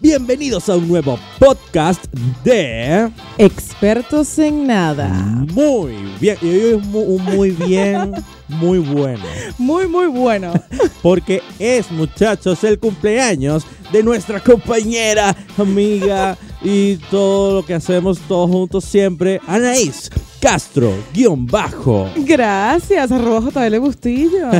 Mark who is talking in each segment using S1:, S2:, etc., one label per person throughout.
S1: Bienvenidos a un nuevo podcast de
S2: Expertos en nada.
S1: Muy bien. Y hoy es mu- un muy bien, muy bueno.
S2: Muy, muy bueno.
S1: Porque es, muchachos, el cumpleaños de nuestra compañera, amiga y todo lo que hacemos todos juntos siempre, Anaís Castro, guión bajo.
S2: Gracias, arroba JL Bustillos,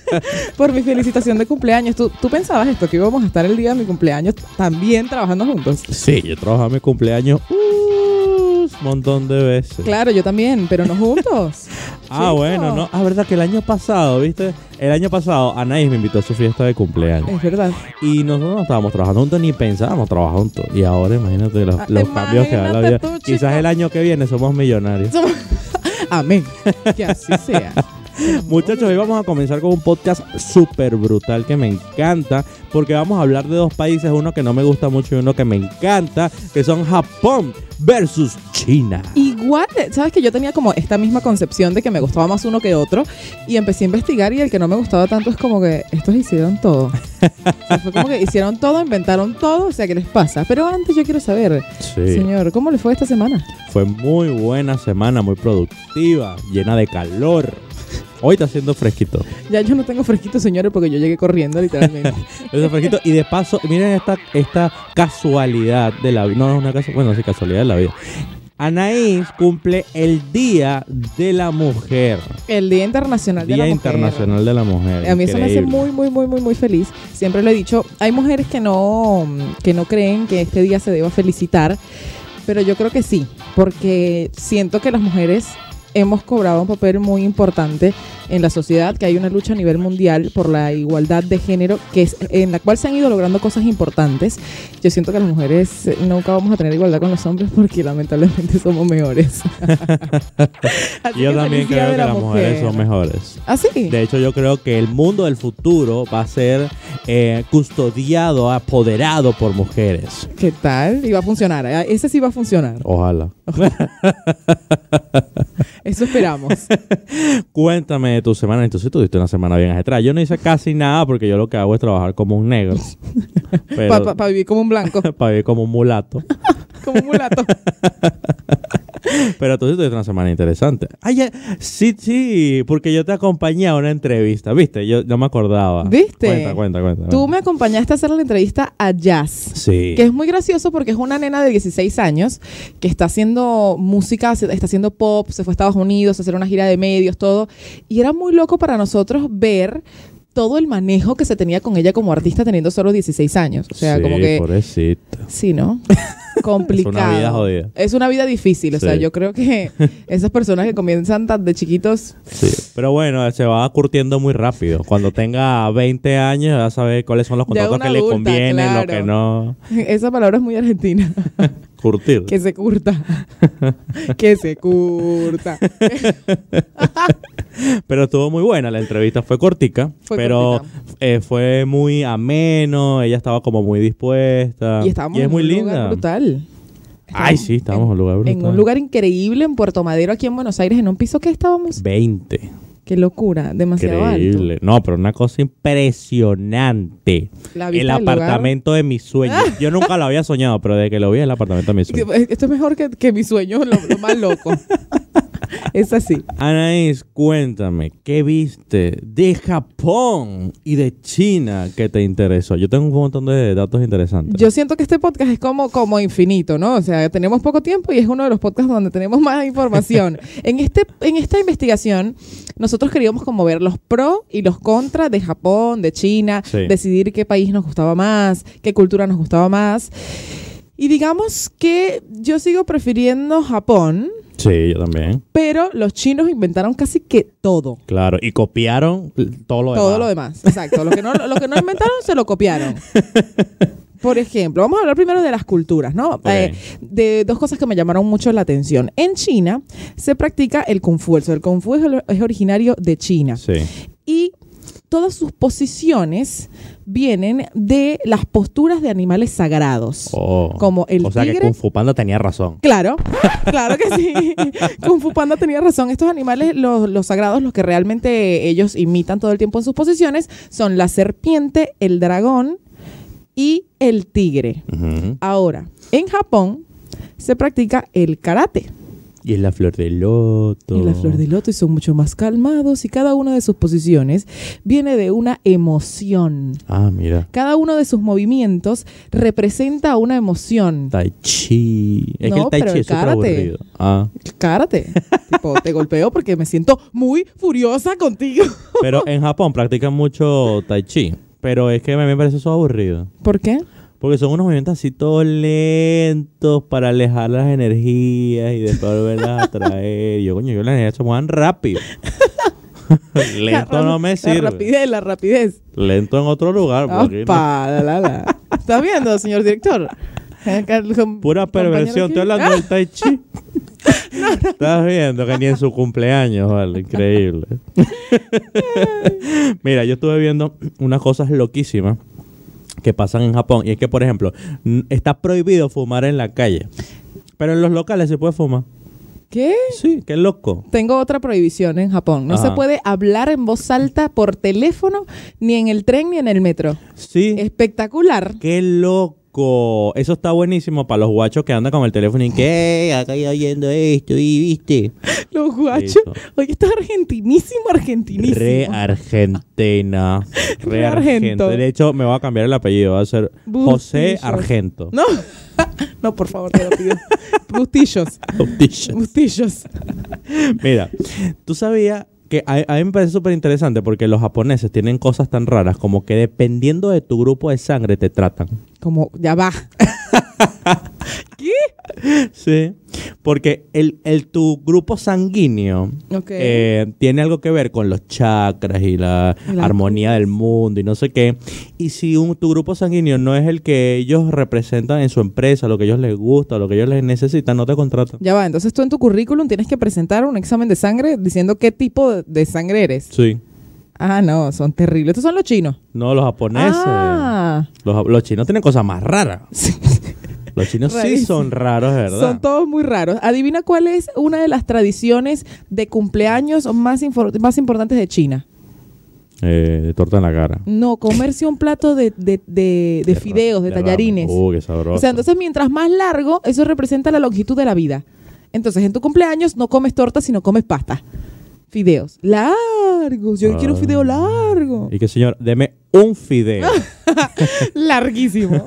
S2: por mi felicitación de cumpleaños. ¿Tú, tú pensabas esto, que íbamos a estar el día de mi cumpleaños también trabajando juntos.
S1: Sí, yo trabajaba mi cumpleaños uh, un montón de veces.
S2: Claro, yo también, pero no juntos.
S1: Ah,
S2: Chico.
S1: bueno, no. Ah, verdad que el año pasado, ¿viste? El año pasado, Anaís me invitó a su fiesta de cumpleaños.
S2: Es verdad.
S1: Y nosotros no estábamos trabajando juntos ni pensábamos trabajar juntos. Y ahora imagínate los,
S2: Ah,
S1: los cambios que da la vida.
S2: imagínate tú, chico.
S1: Quizás el año que viene somos millonarios.
S2: Amén. Que así sea.
S1: Muchachos, hoy vamos a comenzar con un podcast súper brutal que me encanta. Porque vamos a hablar de dos países, uno que no me gusta mucho y uno que me encanta, que son Japón versus China.
S2: Igual, sabes que yo tenía como esta misma concepción de que me gustaba más uno que otro y empecé a investigar y el que no me gustaba tanto es como que estos hicieron todo. O sea, fue como que hicieron todo, inventaron todo, o sea, ¿qué les pasa? Pero antes yo quiero saber,
S1: Sí.
S2: señor, ¿cómo le fue esta semana?
S1: Fue muy buena semana, muy productiva, llena de calor. Hoy está haciendo fresquito.
S2: Ya yo no tengo fresquito, señores, porque yo llegué corriendo literalmente.
S1: Eso fresquito. Y de paso, miren esta, esta casualidad de la vida. No, no es una casualidad. Bueno, sí, casualidad de la vida. Anaís cumple el Día de la Mujer.
S2: El Día Internacional de
S1: Día
S2: la Mujer.
S1: Internacional de la Mujer.
S2: A mí eso me hace
S1: Increíble.
S2: muy, muy, muy, muy, muy feliz. Siempre lo he dicho. Hay mujeres que no, que no creen que este día se deba felicitar, pero yo creo que sí, porque siento que las mujeres hemos cobrado un papel muy importante en la sociedad, que hay una lucha a nivel mundial por la igualdad de género, que es en la cual se han ido logrando cosas importantes. Yo siento que las mujeres eh, nunca vamos a tener igualdad con los hombres porque lamentablemente somos mejores. Así
S1: Y Yo
S2: que
S1: también
S2: feliz día
S1: creo
S2: de
S1: que
S2: la
S1: las mujeres son
S2: mujer.
S1: mejores.
S2: ¿Ah, sí?
S1: De hecho, yo creo que el mundo del futuro va a ser eh, custodiado, apoderado por mujeres.
S2: ¿Qué tal? Y va a funcionar. Ah, Ese sí va a funcionar.
S1: Ojalá.
S2: Eso esperamos.
S1: Cuéntame de tu semana. Entonces tú tuviste una semana bien atrás. Yo no hice casi nada porque yo lo que hago es trabajar como un negro. Pero-
S2: Para vivir como un blanco,
S1: para vivir como un mulato.
S2: como un mulato.
S1: Pero tú sí tuviste una semana interesante. Ah, ya. Sí, sí, porque yo te acompañé a una entrevista, ¿viste? Yo no me acordaba.
S2: ¿Viste?
S1: Cuenta, cuenta, cuenta.
S2: Tú
S1: cuenta.
S2: me acompañaste a hacer la entrevista a Jazz.
S1: Sí.
S2: Que es muy gracioso porque es una nena de 16 años que está haciendo música, se- está haciendo pop, se fue a Estados Unidos a hacer una gira de medios, todo. Y era muy loco para nosotros ver todo el manejo que se tenía con ella como artista teniendo solo 16 años. O sea,
S1: Sí,
S2: como que...
S1: pobrecita.
S2: Sí, ¿no? Complicado.
S1: Es una vida jodida.
S2: Es una vida difícil. O sea,
S1: Sí.
S2: yo creo que esas personas que comienzan tan de chiquitos.
S1: Sí. Pero bueno, se va curtiendo muy rápido. Cuando tenga 20 años, va a saber cuáles son los
S2: Ya
S1: contratos
S2: una
S1: que le
S2: adulta,
S1: convienen, lo
S2: claro.
S1: que no.
S2: Esa palabra es muy argentina.
S1: Curtir.
S2: Que se curta. que se curta.
S1: Pero estuvo muy buena, la entrevista fue cortica,
S2: Fue
S1: pero eh, fue muy ameno, ella estaba como muy dispuesta.
S2: Y estábamos
S1: Ah, es
S2: en
S1: muy
S2: un
S1: linda.
S2: lugar brutal.
S1: Ay, sí, estábamos en un lugar
S2: En
S1: brutal.
S2: un lugar increíble en Puerto Madero, aquí en Buenos Aires, en un piso que estábamos.
S1: 20.
S2: Qué locura, demasiado alto.
S1: Increíble. No, pero una cosa impresionante.
S2: La vista
S1: El
S2: del lugar- Ah.
S1: apartamento de mis sueños. Yo nunca lo había soñado, pero desde que lo vi, el apartamento de mis sueños.
S2: Esto es mejor que, que mi sueño, lo, lo más loco. es así.
S1: Anaís, cuéntame, ¿qué viste de Japón y de China que te interesó? Yo tengo un montón de datos interesantes.
S2: Yo siento que este podcast es como, como infinito, ¿no? O sea, tenemos poco tiempo y es uno de los podcasts donde tenemos más información. en, este, en esta investigación, nosotros queríamos como ver los pro y los contra de Japón, de China,
S1: Sí.
S2: decidir qué país nos gustaba más, qué cultura nos gustaba más. Y digamos que yo sigo prefiriendo Japón,
S1: Sí, yo también.
S2: pero los chinos inventaron casi que todo.
S1: Claro, y copiaron todo lo
S2: Todo
S1: demás.
S2: lo demás, exacto. Lo que, no, lo que no inventaron se lo copiaron. Por ejemplo, vamos a hablar primero de las culturas, ¿no? Eh, de dos cosas que me llamaron mucho la atención. En China se practica el Kung Fu. El sol- el Kung Fu es, el- es originario de China.
S1: Sí,
S2: Y todas sus posiciones vienen de las posturas de animales sagrados.
S1: Oh.
S2: Como el
S1: o sea que
S2: tigre.
S1: Kung Fu Panda tenía razón.
S2: Claro, claro que sí. Kung Fu Panda tenía razón. Estos animales, los, los sagrados, los que realmente ellos imitan todo el tiempo en sus posiciones, son la serpiente, el dragón y el tigre.
S1: Ujú.
S2: Ahora, en Japón se practica el karate.
S1: Y es la flor del loto.
S2: Y la flor de loto y son mucho más calmados y cada una de sus posiciones viene de una emoción.
S1: Ah, mira.
S2: Cada uno de sus movimientos representa una emoción.
S1: Tai Chi. Es que
S2: No,
S1: el Tai
S2: pero
S1: Chi
S2: el
S1: es súper
S2: karate.
S1: aburrido. Ah.
S2: Cárate. tipo, te golpeo porque me siento muy furiosa contigo.
S1: Pero en Japón practican mucho Tai Chi. Pero es que a mí me parece eso aburrido.
S2: ¿Por qué?
S1: Porque son unos movimientos así todos lentos para alejar las energías y después volverlas a traer. Yo, coño, yo las energías se muevan rápido. Lento no me
S2: La
S1: sirve.
S2: rapidez, la rapidez.
S1: Lento en otro lugar. porque no.
S2: Opa, la, la, la. ¿Estás viendo, señor director? Eh,
S1: Pura perversión. Estoy
S2: te
S1: hablando del Tai Chi. Estás viendo que ni en su cumpleaños, vale, increíble. Mira, yo estuve viendo unas cosas loquísimas que pasan en Japón. Y es que, por ejemplo, n- está prohibido fumar en la calle. Pero en los locales se puede fumar.
S2: Ah, ¿Qué?
S1: Sí, qué loco.
S2: Tengo otra prohibición en Japón. No
S1: Ajá.
S2: se puede hablar en voz alta por teléfono, ni en el tren, ni en el metro.
S1: Sí,
S2: Espectacular.
S1: qué loco. Eso está buenísimo para los guachos que andan con el teléfono y que "Ey, acá ya oyendo esto y viste.
S2: Los guachos.
S1: Listo.
S2: Oye, está argentinísimo, argentinísimo.
S1: Re argentina. Re
S2: Re argento.
S1: argento. De hecho, me voy a cambiar el apellido. Va a ser
S2: Bustillos.
S1: José Argento.
S2: no. no, por favor, te lo pido. Bustillos.
S1: Bustillos.
S2: Bustillos.
S1: Mira, tú sabías que a, a mí me parece súper interesante porque los japoneses tienen cosas tan raras como que dependiendo de tu grupo de sangre te tratan.
S2: Como, ya va. ¿Qué?
S1: Sí. Porque el, el- tu grupo sanguíneo
S2: Ok.
S1: eh, tiene algo que ver con los chakras y la
S2: La-
S1: armonía del mundo y no sé qué. Y si un, tu grupo sanguíneo no es el que ellos representan en su empresa, lo que a ellos les gusta, lo que ellos les necesitan, no te contratan.
S2: Ya va. Entonces tú en tu currículum tienes que presentar un examen de sangre diciendo qué tipo de- de sangre eres.
S1: Sí.
S2: Ah, no, son terribles. Estos son los chinos.
S1: No, los japoneses.
S2: Ah.
S1: Los, ja- los chinos tienen cosas más raras. Los chinos sí
S2: Rarísimo.
S1: son raros, ¿verdad?
S2: Son todos muy raros. Adivina cuál es una de las tradiciones de cumpleaños más, infor- más importantes de China.
S1: Eh, de torta en la cara.
S2: No, comerse un plato de, de- de- de
S1: ra-
S2: fideos, de,
S1: ramen.
S2: tallarines.
S1: Uh, qué sabroso.
S2: o sea, entonces mientras más largo, eso representa la longitud de la vida. Entonces, en tu cumpleaños no comes torta, sino comes pasta. Fideos. Largos. Yo quiero un fideo largo.
S1: Y que señor, deme un fideo.
S2: Larguísimo.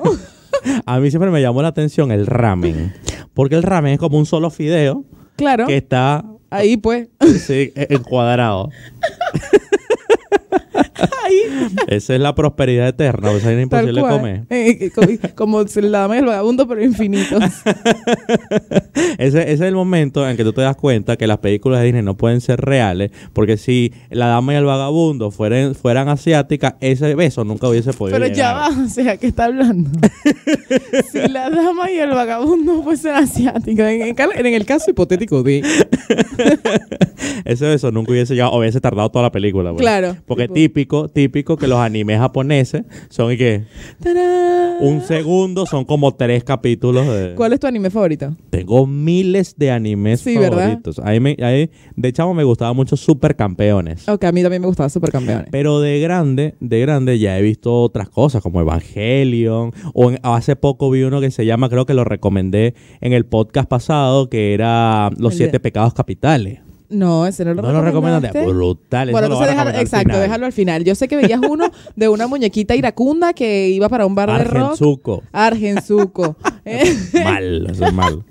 S1: A mí siempre me llamó la atención el ramen. Porque el ramen es como un solo fideo
S2: claro.
S1: que está
S2: Ahí pues.
S1: sí, e- encuadrado.
S2: Ahí.
S1: Esa es la prosperidad eterna. O sea, es
S2: Tal
S1: imposible
S2: cual.
S1: comer.
S2: Eh, co- como se la dama y el vagabundo, pero infinitos.
S1: Ese, ese es el momento en que tú te das cuenta que las películas de Disney no pueden ser reales. Porque si La Dama y el Vagabundo fueran, fueran asiáticas, ese beso nunca hubiese podido
S2: Pero ya
S1: llegar.
S2: va, o sea, ¿qué está hablando? si la dama y el vagabundo fuesen asiáticos, en, en cal- en el caso hipotético de...
S1: Ese beso nunca hubiese llegado, o hubiese tardado toda la película. pues.
S2: Claro.
S1: Porque
S2: Tipo-
S1: típico, típico que los animes japoneses son y que
S2: ¡Tarán!
S1: un segundo son como tres capítulos de...
S2: ¿Cuál es tu anime favorito?
S1: Tengo miles de animes
S2: Sí, ¿verdad?
S1: favoritos. A mí me- a mí- de chavo me gustaba mucho Supercampeones.
S2: Ok, a mí también me gustaba Supercampeones.
S1: Pero de grande, de grande ya he visto otras cosas como Evangelion. O en- hace poco vi uno que se llama, creo que lo recomendé en el podcast pasado, que era Los
S2: El de-
S1: Siete Pecados Capitales.
S2: No, ese no lo
S1: No lo recomendaste.
S2: recomendaste.
S1: Brutal. eso
S2: Bueno,
S1: lo
S2: entonces
S1: van a recomendar
S2: déjalo,
S1: al
S2: exacto,
S1: final.
S2: déjalo al final. Yo sé que veías uno de una muñequita iracunda que iba para un bar de rock.
S1: Argenzuco.
S2: Argenzuco. Eh,
S1: Mal, eso es mal.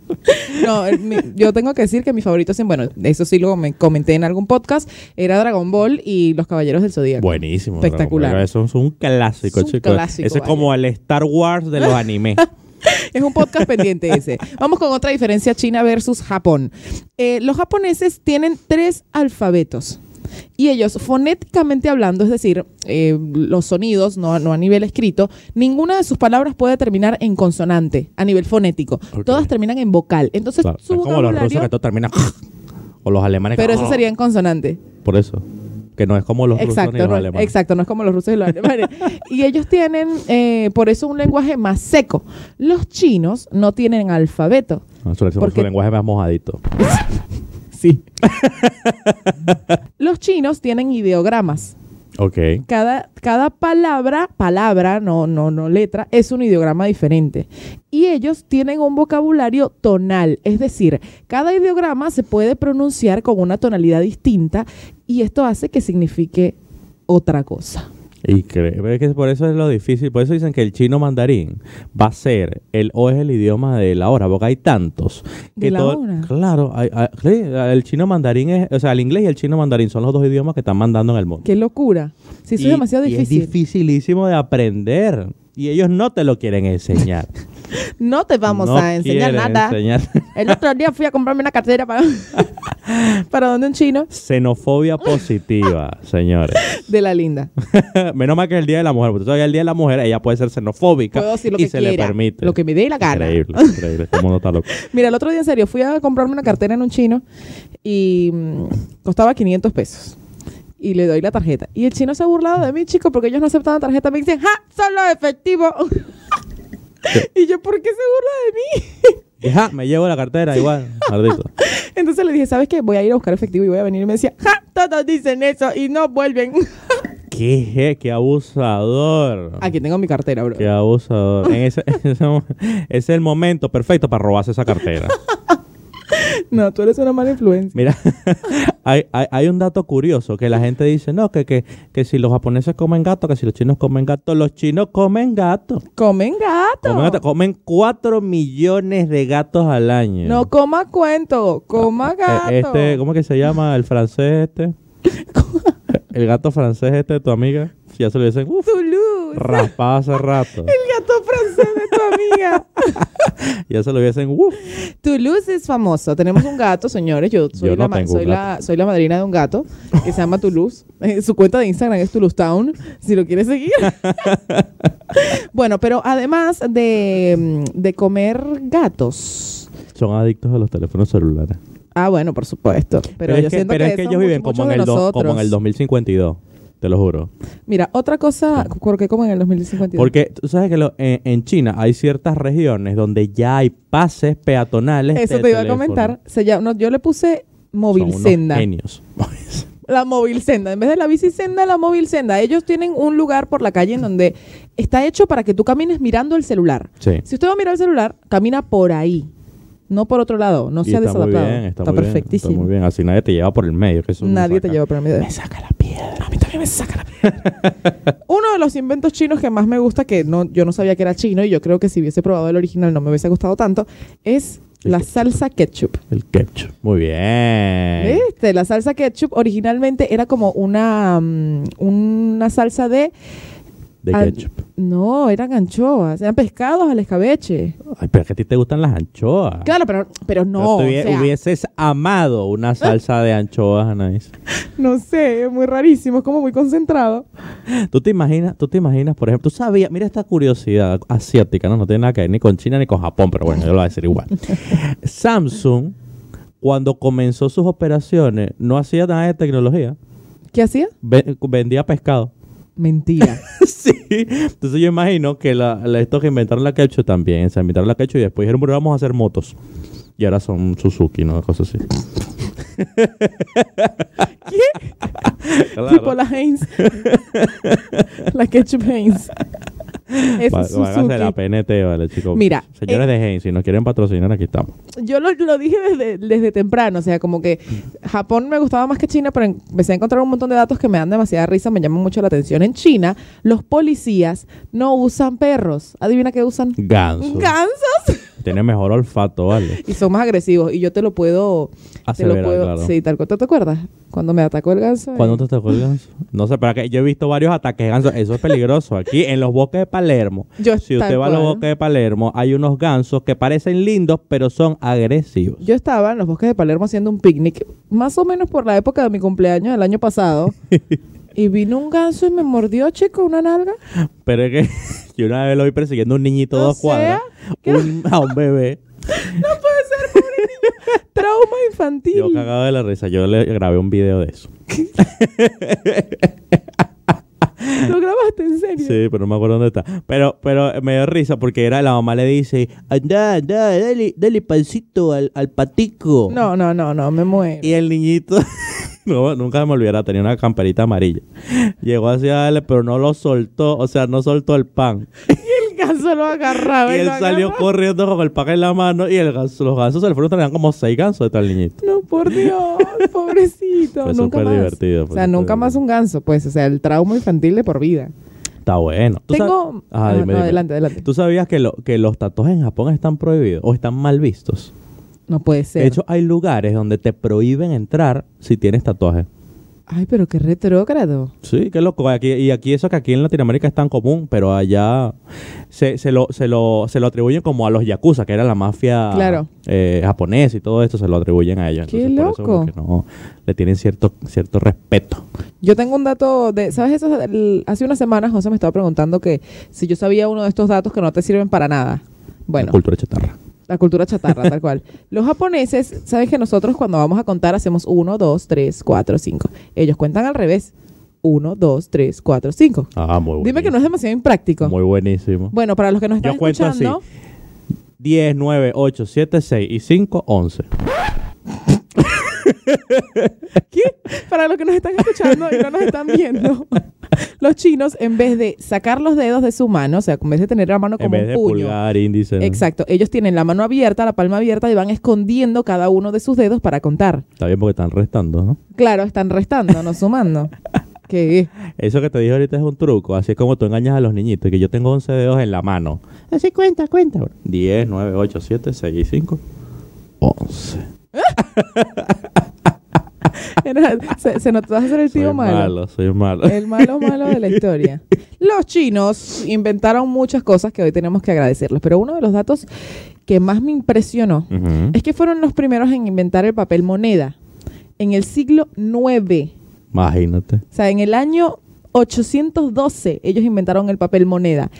S2: No, el- mi- yo tengo que decir que mi favorito, sin- bueno, eso sí lo me comenté en algún podcast, era Dragon Ball y Los Caballeros del Zodíaco.
S1: Buenísimo.
S2: Espectacular.
S1: Dragon Ball. Eso es un clásico,
S2: Es un
S1: chicos.
S2: clásico,
S1: Ese es
S2: vale.
S1: como el Star Wars de los animes.
S2: Es un podcast pendiente ese. Vamos con otra diferencia China versus Japón. Eh, los japoneses tienen tres alfabetos. Y ellos, fonéticamente hablando, es decir, eh, los sonidos, no, no a nivel escrito, ninguna de sus palabras puede terminar en consonante a nivel fonético.
S1: Ok.
S2: Todas terminan en vocal. Entonces,
S1: Claro, es
S2: su
S1: como los rusos
S2: vocabulario-
S1: que todo termina. o los alemanes que-
S2: pero eso sería en consonante.
S1: Por eso. Que no es como los rusos
S2: exacto,
S1: ni los
S2: no,
S1: alemanes.
S2: exacto, no es como los rusos y los alemanes. y ellos tienen, eh, por eso, un lenguaje más seco. Los chinos no tienen alfabeto.
S1: No, Ah, su, su- su
S2: Porque-
S1: lenguaje es más mojadito.
S2: Sí. Los chinos tienen ideogramas.
S1: Ok.
S2: Cada, cada palabra, palabra, no, no, no letra, es un ideograma diferente. Y ellos tienen un vocabulario tonal, es decir, cada ideograma se puede pronunciar con una tonalidad distinta y esto hace que signifique otra cosa.
S1: Y cre- pero es que por eso es lo difícil. Por eso dicen que el chino mandarín va a ser el o es el idioma de la hora, porque hay tantos.
S2: ¿De
S1: Que
S2: la
S1: todo-
S2: hora?
S1: Claro, hay- hay- sí, el chino mandarín es, o sea, el inglés y el chino mandarín son los dos idiomas que están mandando en el mundo.
S2: Qué locura. Sí, eso
S1: Y-
S2: es demasiado
S1: y
S2: difícil.
S1: es dificilísimo de aprender. Y ellos no te lo quieren enseñar.
S2: No te vamos
S1: No
S2: a enseñar
S1: quieren
S2: nada.
S1: enseñar.
S2: El otro día fui a comprarme una cartera para, para donde un chino
S1: Xenofobia positiva, señores.
S2: de la linda.
S1: Menos mal que es el Día de la Mujer, porque todavía el Día de la Mujer ella puede ser xenofóbica
S2: Puedo decir lo
S1: y
S2: que
S1: se le
S2: quiera,
S1: permite.
S2: lo que me dé la gana.
S1: Increíble, increíble. Este mundo está loco.
S2: Mira, el otro día en serio fui a comprarme una cartera en un chino y mm, costaba 500 pesos. Y le doy la tarjeta. Y el chino se ha burlado de mí, chico, porque ellos no aceptaban tarjeta. Me dicen, ¡ja! ¡Solo efectivo! y yo, ¿por qué se burla de mí?
S1: Y, ja, me llevo la cartera igual, maldito.
S2: Entonces le dije, ¿sabes qué? Voy a ir a buscar efectivo y voy a venir. Y me decía, ¡ja! Todos dicen eso y no vuelven.
S1: ¿Qué, je- qué abusador.
S2: Aquí tengo mi cartera, bro.
S1: Qué abusador. En ese, en ese mo- es el momento perfecto para robarse esa cartera.
S2: No, tú eres una mala influencia.
S1: Mira, hay, hay, hay un dato curioso que la gente dice, no, que, que, que si los japoneses comen gato, que si los chinos comen gato, los chinos comen gato.
S2: Comen gato.
S1: Comen, gato, comen 4 millones de gatos al año.
S2: No coma cuento, coma
S1: Eh,
S2: gato.
S1: Este, ¿Cómo que se llama? El francés este. el gato francés este de tu amiga. Ya se lo dicen, uff,
S2: Toulouse.
S1: raspado hace rato.
S2: El gato francés de tu amiga.
S1: Ya se lo hubiesen, uff.
S2: Toulouse es famoso. Tenemos un gato, señores. Yo soy,
S1: Yo no
S2: la, ma-
S1: tengo
S2: soy,
S1: un
S2: la, soy la madrina de un gato que se llama Toulouse. Eh, Su cuenta de Instagram es Toulouse Town, si lo quieres seguir. bueno, pero además de, mm, de comer gatos.
S1: Son adictos a los teléfonos celulares.
S2: Ah, bueno, por supuesto. Pero,
S1: es
S2: yo
S1: que,
S2: siento
S1: pero
S2: que,
S1: es que
S2: eso
S1: ellos
S2: mucho-
S1: viven como
S2: muchos
S1: en,
S2: de
S1: el dos-
S2: nosotros.
S1: como en el 2052. Te lo juro.
S2: Mira, otra
S1: Ah.
S2: cosa, ¿por qué como en el 2052?
S1: Porque tú sabes que lo- en, en China hay ciertas regiones donde ya hay pases peatonales.
S2: Eso
S1: de
S2: te iba a
S1: este teléfono.
S2: comentar. Se llama- no, yo le puse
S1: Son
S2: móvil
S1: unos
S2: senda.
S1: Genios.
S2: La móvil senda. En vez de la bici senda, la móvil senda. Ellos tienen un lugar por la calle en donde está hecho para que tú camines mirando el celular.
S1: sí.
S2: Si usted va a mirar el celular, camina por ahí. No por otro lado. No
S1: Y está
S2: sea
S1: muy
S2: desadaptado.
S1: bien, está, muy
S2: está,
S1: bien,
S2: perfectísimo.
S1: está muy bien. Así nadie te lleva por el medio. que eso me
S2: Nadie te
S1: saca.
S2: lleva por el medio. Me saca la piedra. A mí también me saca la piedra. Uno de los inventos chinos que más me gusta, que no, yo no sabía que era chino y yo creo que si hubiese probado el original no me hubiese gustado tanto, es la
S1: Sí.
S2: salsa ketchup.
S1: El ketchup. Muy bien.
S2: Este, la salsa ketchup originalmente era como una, mm, una salsa de...
S1: De
S2: an-
S1: ketchup.
S2: no, eran anchoas, eran pescados al escabeche.
S1: Ay, pero es que a ti te gustan las anchoas.
S2: Claro, pero, pero no.
S1: Yo te
S2: o
S1: hubie-
S2: sea,
S1: Hubieses amado una salsa de anchoas, Anaís.
S2: No sé, es muy rarísimo, es como muy concentrado.
S1: ¿Tú te imaginas, tú te imaginas, por ejemplo, tú sabías, mira esta curiosidad asiática, no, no tiene nada que ver ni con China ni con Japón, pero bueno, yo lo voy a decir igual. Samsung, cuando comenzó sus operaciones, no hacía nada de tecnología,
S2: ¿Qué hacía?
S1: Ve- vendía pescado.
S2: Mentira.
S1: Sí, entonces yo imagino que la, la- estos que inventaron la ketchup también, se inventaron la ketchup y después dijeron, bueno, vamos a hacer motos. Y ahora son Suzuki, ¿no? Cosas así. Claro.
S2: Tipo la Heinz. la ketchup Heinz. Es
S1: Va- Hágase la
S2: Suzuki.
S1: PNT, vale, chicos.
S2: Mira, eh,
S1: Señores de Heinz, si nos quieren patrocinar, aquí estamos.
S2: Yo lo, lo dije desde, desde temprano, o sea, como que Japón me gustaba más que China, pero empecé a encontrar un montón de datos que me dan demasiada risa, me llaman mucho la atención. En China, los policías no usan perros. ¿Adivina qué usan?
S1: Ganso.
S2: ¡Gansos!
S1: Tiene mejor olfato, vale.
S2: Y son más agresivos. Y yo te lo puedo... te lo
S1: Aseverar,
S2: puedo
S1: claro.
S2: Sí, tal cual. ¿Tú te acuerdas? Cuando me atacó el ganso.
S1: ¿Cuándo te atacó el ganso? No sé, pero que yo he visto varios ataques de ganso. Eso es peligroso. Aquí en los bosques de Palermo,
S2: Yo-
S1: si usted
S2: tal
S1: va a los
S2: cual.
S1: bosques de Palermo, hay unos gansos que parecen lindos, pero son agresivos.
S2: Yo estaba en los bosques de Palermo haciendo un picnic, más o menos por la época de mi cumpleaños del año pasado. y vino un ganso y me mordió, chico, una nalga.
S1: Pero es que yo una vez lo vi persiguiendo a un niñito de
S2: O
S1: dos
S2: sea,
S1: cuadras, un- a un bebé.
S2: Trauma infantil.
S1: Yo cagado de la risa, yo le grabé un video de eso.
S2: Lo grabaste en serio.
S1: Sí, pero no me acuerdo dónde está. Pero, pero me dio risa porque era la mamá le dice, anda, anda, dale, dale pancito al, al patico.
S2: No, no, no, no, me muero.
S1: Y el niñito No, nunca me olvidará, tenía una camperita amarilla. Llegó hacia él, pero no lo soltó, o sea, no soltó el pan.
S2: El ganso lo agarraba.
S1: Y él
S2: lo
S1: salió
S2: agarraba.
S1: corriendo con el pan en la mano y el ganso- los gansos se le fueron, tenían como seis gansos de tal niñito.
S2: No, por Dios, pobrecito.
S1: Fue
S2: nunca
S1: súper
S2: más.
S1: divertido,
S2: O sea,
S1: fue
S2: nunca
S1: súper
S2: más un ganso, pues. O sea, el trauma infantil de por vida.
S1: Está bueno. ¿Tú
S2: Tengo.
S1: sab- Ah,
S2: no,
S1: dime,
S2: no,
S1: dime.
S2: adelante, adelante.
S1: ¿Tú sabías que, lo- que los tatuajes en Japón están prohibidos o están mal vistos?
S2: No puede ser.
S1: De hecho, hay lugares donde te prohíben entrar si tienes tatuaje.
S2: Ay, pero qué retrógrado.
S1: Sí, qué loco. Aquí, y aquí eso que aquí en Latinoamérica es tan común, pero allá se, se lo, se, lo, se lo atribuyen como a los yakuza, que era la mafia
S2: Claro.
S1: eh, japonesa y todo esto, se lo atribuyen a ellos.
S2: Qué
S1: Entonces, por eso como
S2: loco.
S1: que no, le tienen cierto, cierto respeto.
S2: Yo tengo un dato de, ¿sabes? Eso, el- hace unas semanas José me estaba preguntando que si yo sabía uno de estos datos que no te sirven para nada.
S1: La
S2: Bueno,
S1: cultura chatarra.
S2: la cultura chatarra, tal cual. Los japoneses, ¿sabes que nosotros cuando vamos a contar hacemos 1, 2, 3, 4, 5? Ellos cuentan al revés. 1, 2, 3, 4, 5.
S1: Ah, muy bueno.
S2: Dime que no es demasiado impráctico.
S1: Muy buenísimo.
S2: Bueno, para los que nos están
S1: Yo cuento así.
S2: escuchando,
S1: 10, 9, 8, 7, 6 y 5, 11.
S2: para los que nos están escuchando y no nos están viendo, los chinos en vez de sacar los dedos de su mano, o sea, en vez de tener la mano como
S1: En vez
S2: un
S1: de
S2: puño,
S1: pulgar, índice. ¿no?
S2: Exacto, ellos tienen la mano abierta, la palma abierta y van escondiendo cada uno de sus dedos para contar.
S1: Está bien porque están restando, ¿no?
S2: Claro, están restando, no sumando. ¿Qué?
S1: Eso que te dije ahorita es un truco, así es como tú engañas a los niñitos, que yo tengo 11 dedos en la mano. Así cuenta, cuenta. 10, 9, 8, 7, 6 y 5. 11.
S2: Era- se, se notó hacer el
S1: Soy
S2: tío malo.
S1: malo, soy malo.
S2: El malo malo de la historia. Los chinos inventaron muchas cosas que hoy tenemos que agradecerles, pero uno de los datos que más me impresionó
S1: Ujú.
S2: es que fueron los primeros en inventar el papel moneda en el siglo IX.
S1: Imagínate.
S2: O sea, en el año 812 ellos inventaron el papel moneda.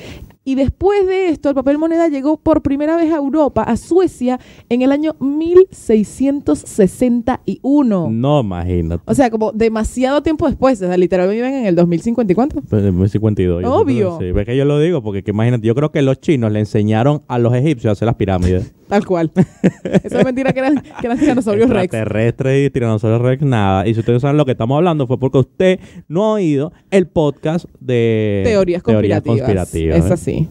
S2: Y después de esto, el papel moneda llegó por primera vez a Europa, a Suecia, en el año 1661.
S1: No, imagínate.
S2: O sea, como demasiado tiempo después. O sea, literal, viven en el 2050 y cuánto.
S1: Pues, en 52. yo creo
S2: Obvio.
S1: que Sí, es que yo lo digo porque que imagínate, yo creo que los chinos le enseñaron a los egipcios a hacer las pirámides.
S2: Tal cual. Eso es mentira que eran, que eran dinosaurios rex.
S1: Extraterrestres y tiranosaurios rex, nada. Y si ustedes saben lo que estamos hablando fue porque usted no ha oído el podcast de
S2: Teorías conspirativas.
S1: conspirativas,
S2: Es
S1: ¿eh?
S2: así.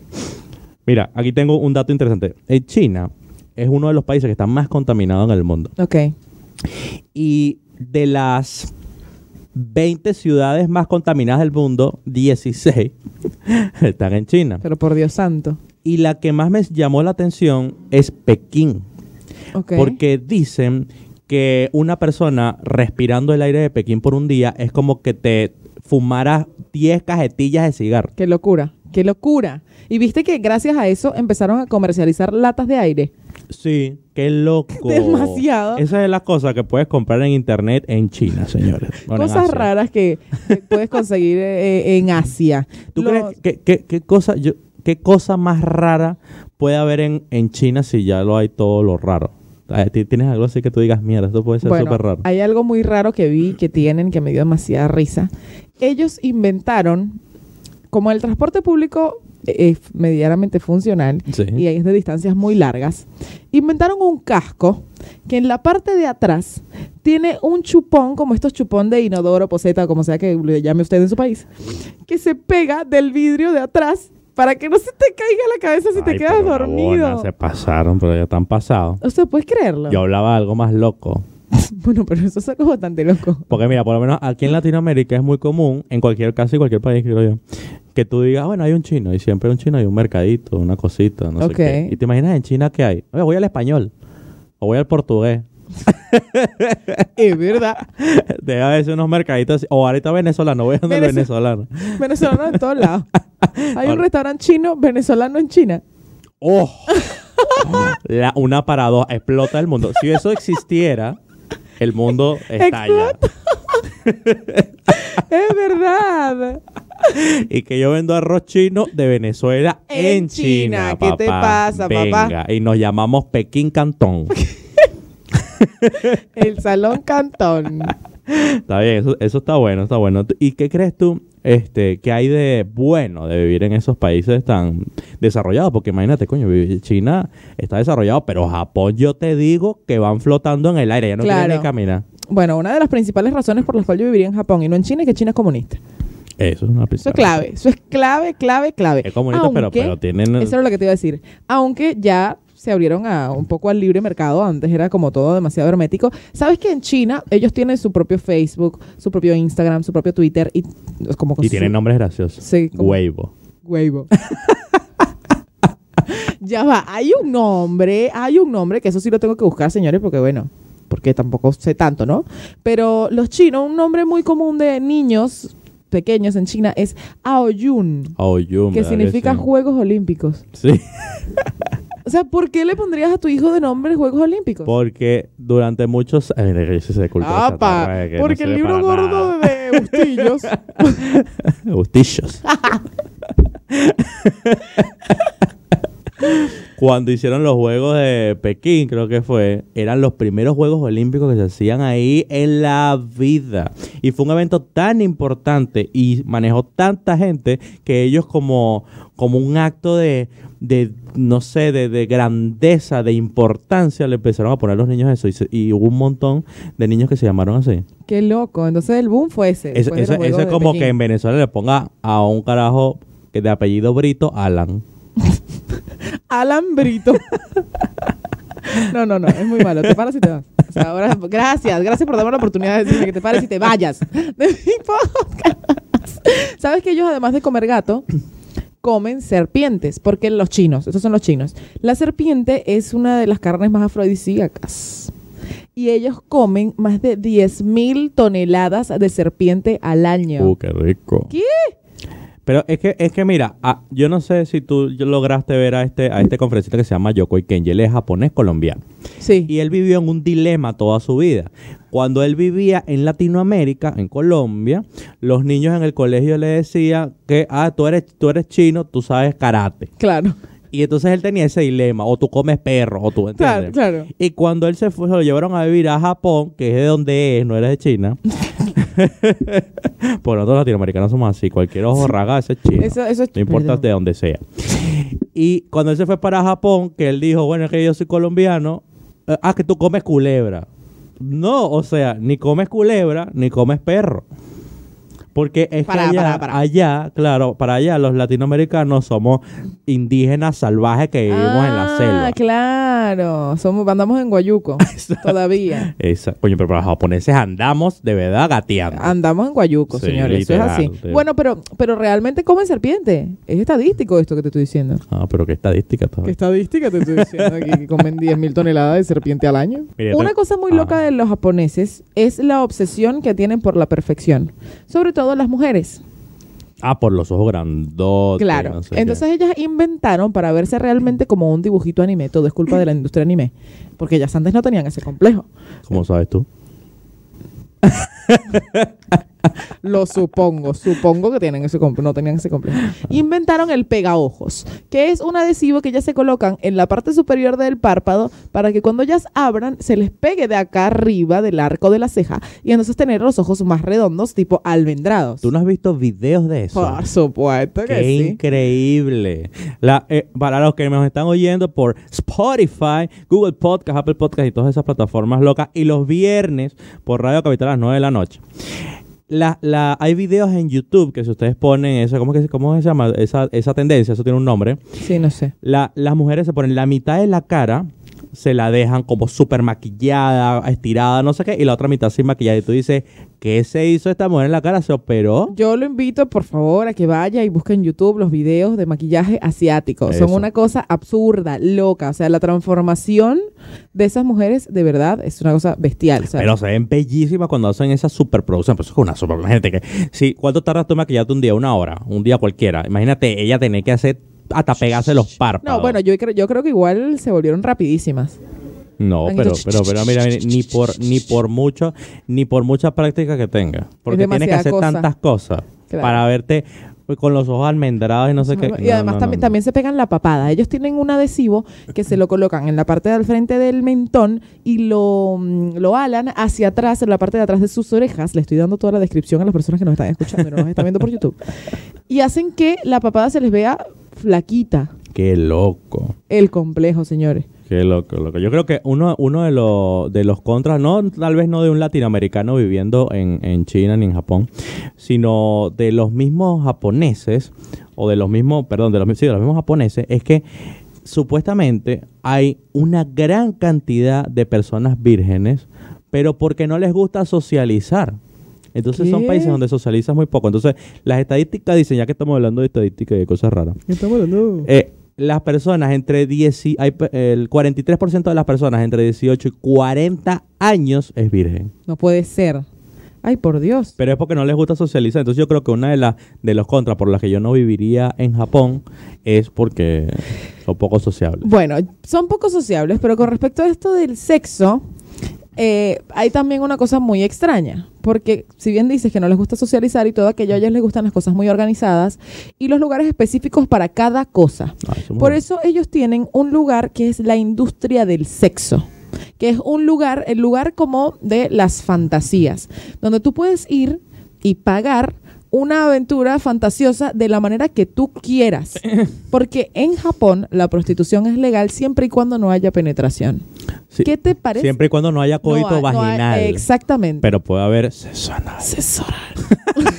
S1: Mira, aquí tengo un dato interesante. Eh, China es uno de los países que está más contaminado en el mundo.
S2: Ok.
S1: Y de las 20 ciudades más contaminadas del mundo, 16 están en China.
S2: Pero por Dios santo.
S1: Y la que más me llamó la atención es Pekín.
S2: Ok.
S1: Porque dicen que una persona respirando el aire de Pekín por un día es como que te fumaras 10 cajetillas de cigarro.
S2: Qué locura. Qué locura. Y viste que gracias a eso empezaron a comercializar latas de aire.
S1: Sí, qué loco.
S2: Demasiado.
S1: Esa es la cosa que puedes comprar en internet en China, señores. Bueno, en
S2: cosas
S1: Asia.
S2: raras que, que puedes conseguir eh, eh, en Asia.
S1: ¿Tú
S2: Los-
S1: crees que, que- qué cosa, yo, qué cosa más rara puede haber en, en China si ya lo hay todo lo raro? Ah, ti- ¿Tienes algo así que tú digas, mierda, esto puede ser
S2: bueno,
S1: súper raro?
S2: hay algo muy raro que vi que tienen que me dio demasiada risa. Ellos inventaron, como el transporte público eh, es medianamente funcional
S1: Sí.
S2: y es de distancias muy largas, inventaron un casco que en la parte de atrás tiene un chupón, como estos chupón de inodoro, poseta, como sea que le llame usted en su país, que se pega del vidrio de atrás para que no se te caiga la cabeza si te
S1: Ay,
S2: quedas
S1: pero
S2: dormido.
S1: huevona, se pasaron, pero ya están pasados.
S2: O sea, ¿puedes creerlo?
S1: Yo hablaba de algo más loco.
S2: Bueno, pero eso es algo bastante loco.
S1: Porque mira, por lo menos aquí en Latinoamérica es muy común, en cualquier caso y cualquier país, creo yo, que tú digas, "Ah, bueno, hay un chino, y siempre hay un chino, hay un mercadito, una cosita, no
S2: Ok.
S1: sé qué. Y te imaginas en China qué hay. Oye, voy al español, o voy al portugués.
S2: Es verdad.
S1: Debe haber unos mercaditos, así. o ahorita venezolano, voy a donde el
S2: Venezol-
S1: venezolano.
S2: Venezolanos en todos lados. Hay un
S1: Ahora-
S2: restaurante chino venezolano en China.
S1: ¡Oh! La- una paradoja, explota el mundo. Si eso existiera, el mundo estalla.
S2: Es verdad.
S1: Y que yo vendo arroz chino de Venezuela en,
S2: En China.
S1: China.
S2: ¿Qué te pasa, papá?
S1: Venga, Y nos llamamos Pekín Cantón.
S2: El Salón Cantón.
S1: está bien, eso, eso está bueno, está bueno. ¿Y qué crees tú este, qué hay de bueno de vivir en esos países tan desarrollados, porque imagínate, coño, vivir- China está desarrollado, pero Japón yo te digo que van flotando en el aire, ya no
S2: Claro.
S1: quieren ni caminar.
S2: Bueno, una de las principales razones por las cuales yo viviría en Japón y no en China es que China es comunista.
S1: Eso es una
S2: Eso
S1: pista.
S2: es clave, eso es clave, clave, clave.
S1: Es comunista, pero,
S2: Aunque-
S1: pero tienen...
S2: Eso era lo que te iba a decir. Aunque ya se abrieron a un poco al libre mercado, antes era como todo demasiado hermético. ¿Sabes que en China ellos tienen su propio Facebook, su propio Instagram, su propio Twitter y es como con
S1: Y
S2: su-
S1: tienen nombres graciosos.
S2: Sí, como-
S1: Weibo.
S2: Weibo. ya va, hay un nombre, hay un nombre que eso sí lo tengo que buscar, señores, porque bueno, porque tampoco sé tanto, ¿no? Pero los chinos, un nombre muy común de niños pequeños en China es Aoyun,
S1: Aoyun,
S2: que
S1: ¿verdad
S2: significa
S1: sí?
S2: Juegos Olímpicos.
S1: Sí,
S2: O sea, ¿por qué le pondrías a tu hijo de nombre Juegos Olímpicos?
S1: porque durante muchos... Ay, mira, ese es de cultura
S2: ¡Apa!
S1: chatarra, que no
S2: porque el
S1: sirve
S2: libro
S1: para
S2: gordo
S1: nada.
S2: de Bustillos.
S1: Gustillos. Cuando hicieron los Juegos de Pekín, creo que fue, eran los primeros Juegos Olímpicos que se hacían ahí en la vida. Y fue un evento tan importante y manejó tanta gente que ellos como, como un acto de, de, no sé, de, de grandeza, de importancia, le empezaron a poner a los niños eso. Y, se- y hubo un montón de niños que se llamaron así.
S2: ¡Qué loco! Entonces el boom fue ese.
S1: Eso,
S2: después de
S1: eso-
S2: los Juegos
S1: eso es
S2: de
S1: como
S2: Pekín.
S1: que en Venezuela le ponga a un carajo que de apellido Brito, Alan.
S2: alambrito. No, no, no, es muy malo. Te paras y te vas. O sea, ahora, gracias, gracias por darme la oportunidad de decirme que te pares y te vayas de mi podcast. Sabes que ellos, además de comer gato, comen serpientes, porque los chinos, esos son los chinos. La serpiente es una de las carnes más afrodisíacas. Y ellos comen más de 10.000 toneladas de serpiente al año.
S1: Uh, qué rico.
S2: ¿Qué?
S1: Pero es que, es que mira, ah, yo no sé si tú lograste ver a este, a este conferencista que se llama Yoko Ikenji. Él es japonés colombiano.
S2: Sí.
S1: Y él vivió en un dilema toda su vida. Cuando él vivía en Latinoamérica, en Colombia, los niños en el colegio le decían que, ah, tú eres, tú eres chino, tú sabes karate.
S2: Claro,
S1: Y entonces él tenía ese dilema, o tú comes perro, o tú entiendes.
S2: claro, claro.
S1: Y cuando él se fue, se lo llevaron a vivir a Japón, que es de donde es, no era de China. Por nosotros los latinoamericanos somos así, cualquier ojo ragazo es chino.
S2: Eso, eso es
S1: no importa
S2: perdón.
S1: de dónde sea. Y cuando él se fue para Japón, que él dijo, bueno, es que yo soy colombiano, eh, ah, que tú comes culebra. No, o sea, ni comes culebra, ni comes perro. Porque es
S2: Para,
S1: que allá,
S2: para, para.
S1: allá, claro, para allá los latinoamericanos somos indígenas salvajes que vivimos en la selva.
S2: Ah, claro. Somos, andamos en Guayuco todavía.
S1: Esa, coño, pero para los japoneses andamos de verdad gateando.
S2: Andamos en Guayuco,
S1: Sí,
S2: señores.
S1: literal,
S2: Eso es así.
S1: sí.
S2: Bueno, pero, pero realmente comen serpiente. Es estadístico esto que te estoy diciendo.
S1: ah, pero qué estadística. todo.
S2: ¿Qué estadística te estoy diciendo aquí? Que comen 10.000 toneladas de serpiente al año.
S1: Mira,
S2: Una
S1: te-
S2: cosa muy
S1: Ah.
S2: loca de los japoneses es la obsesión que tienen por la perfección. Sobre todo las mujeres.
S1: Ah, por los ojos grandotes.
S2: Claro.
S1: no sé qué.
S2: Entonces ellas inventaron para verse realmente como un dibujito anime. Todo es culpa de la industria anime. Porque ellas antes no tenían ese complejo.
S1: ¿Cómo sabes tú?
S2: Lo supongo, supongo que tienen ese complejo, no tenían ese complejo. Inventaron el pegaojos, que es un adhesivo que ya se colocan en la parte superior del párpado para que cuando ellas abran se les pegue de acá arriba del arco de la ceja y entonces tener los ojos más redondos, tipo almendrados.
S1: ¿Tú no has visto videos de eso?
S2: Por supuesto que
S1: Qué
S2: sí.
S1: increíble. La, eh, para los que nos están oyendo por Spotify, Google Podcast, Apple Podcast y todas esas plataformas locas. Y los viernes por Radio Capital a las 9 de la noche. La, la, hay videos en YouTube que si ustedes ponen eso, ¿cómo, que, se- cómo se llama? Esa, esa tendencia, eso tiene un nombre.
S2: Sí, no sé.
S1: La- las mujeres se ponen la mitad de la cara, se la dejan como súper maquillada, estirada, no sé qué, y la otra mitad sin maquillada. Y tú dices, ¿qué se hizo esta mujer en la cara? ¿Se operó?
S2: Yo lo invito, por favor, a que vaya y busque en YouTube los videos de maquillaje asiático. Son
S1: Eso.
S2: una cosa absurda, loca. O sea, la transformación de esas mujeres, de verdad, es una cosa bestial. O sea,
S1: Pero se ven bellísimas cuando hacen esa superproducción. Pero eso es una super. Imagínate que. Sí, ¿Cuánto tardas tú en maquillarte un día? Una hora, un día cualquiera. Imagínate ella tener que hacer hasta pegarse los párpados.
S2: No, bueno, yo creo, yo creo que igual se volvieron rapidísimas.
S1: No,
S2: han
S1: pero,
S2: hecho
S1: pero, pero mira, mira, ni por, ni por mucho, ni por mucha práctica que tenga. Porque tienes que
S2: demasiada
S1: hacer
S2: cosa.
S1: tantas cosas.
S2: Claro.
S1: para verte pues, con los ojos almendrados y no sé qué.
S2: Y
S1: No, no,
S2: además también,
S1: no, no.
S2: también se pegan la papada. Ellos tienen un adhesivo que se lo colocan en la parte del frente del mentón y lo, mm, lo alan hacia atrás, en la parte de atrás de sus orejas. Le estoy dando toda la descripción a las personas que nos están escuchando y no nos están viendo por YouTube. Y hacen que la papada se les vea flaquita.
S1: Qué loco.
S2: El complejo, señores.
S1: Qué loco, loco. Yo creo que uno, uno de, los, de los contras, no tal vez no de un latinoamericano viviendo en, en China ni en Japón, sino de los mismos japoneses, o de los mismos, perdón, de los, sí, de los mismos japoneses, es que supuestamente hay una gran cantidad de personas vírgenes, pero porque no les gusta socializar. Entonces son
S2: ¿Qué?
S1: países donde socializas muy poco. Entonces las estadísticas dicen, ya que estamos hablando de estadísticas y de cosas raras, eh, las personas entre 10 y- hay pe- el 43% de las personas entre 18 y 40 años es virgen.
S2: No puede ser. Ay, por Dios.
S1: Pero es porque no les gusta socializar. Entonces yo creo que una de las de los contras por las que yo no viviría en Japón es porque son poco sociables.
S2: Bueno, son poco sociables, pero con respecto a esto del sexo, eh, hay también una cosa muy extraña, porque si bien dices que no les gusta socializar y todo aquello, a ellos les gustan las cosas muy organizadas y los lugares específicos para cada cosa.
S1: Ay, somos-
S2: Por eso ellos tienen un lugar que es la industria del sexo que es un lugar, el lugar como de las fantasías, donde tú puedes ir y pagar una aventura fantasiosa de la manera que tú quieras. Porque en Japón la prostitución es legal siempre y cuando no haya penetración.
S1: Sí.
S2: ¿Qué te parece?
S1: Siempre y cuando no haya
S2: No
S1: coito
S2: hay- no hay-
S1: vaginal.
S2: exactamente.
S1: pero puede haber sexo anal.
S2: Sexo oral.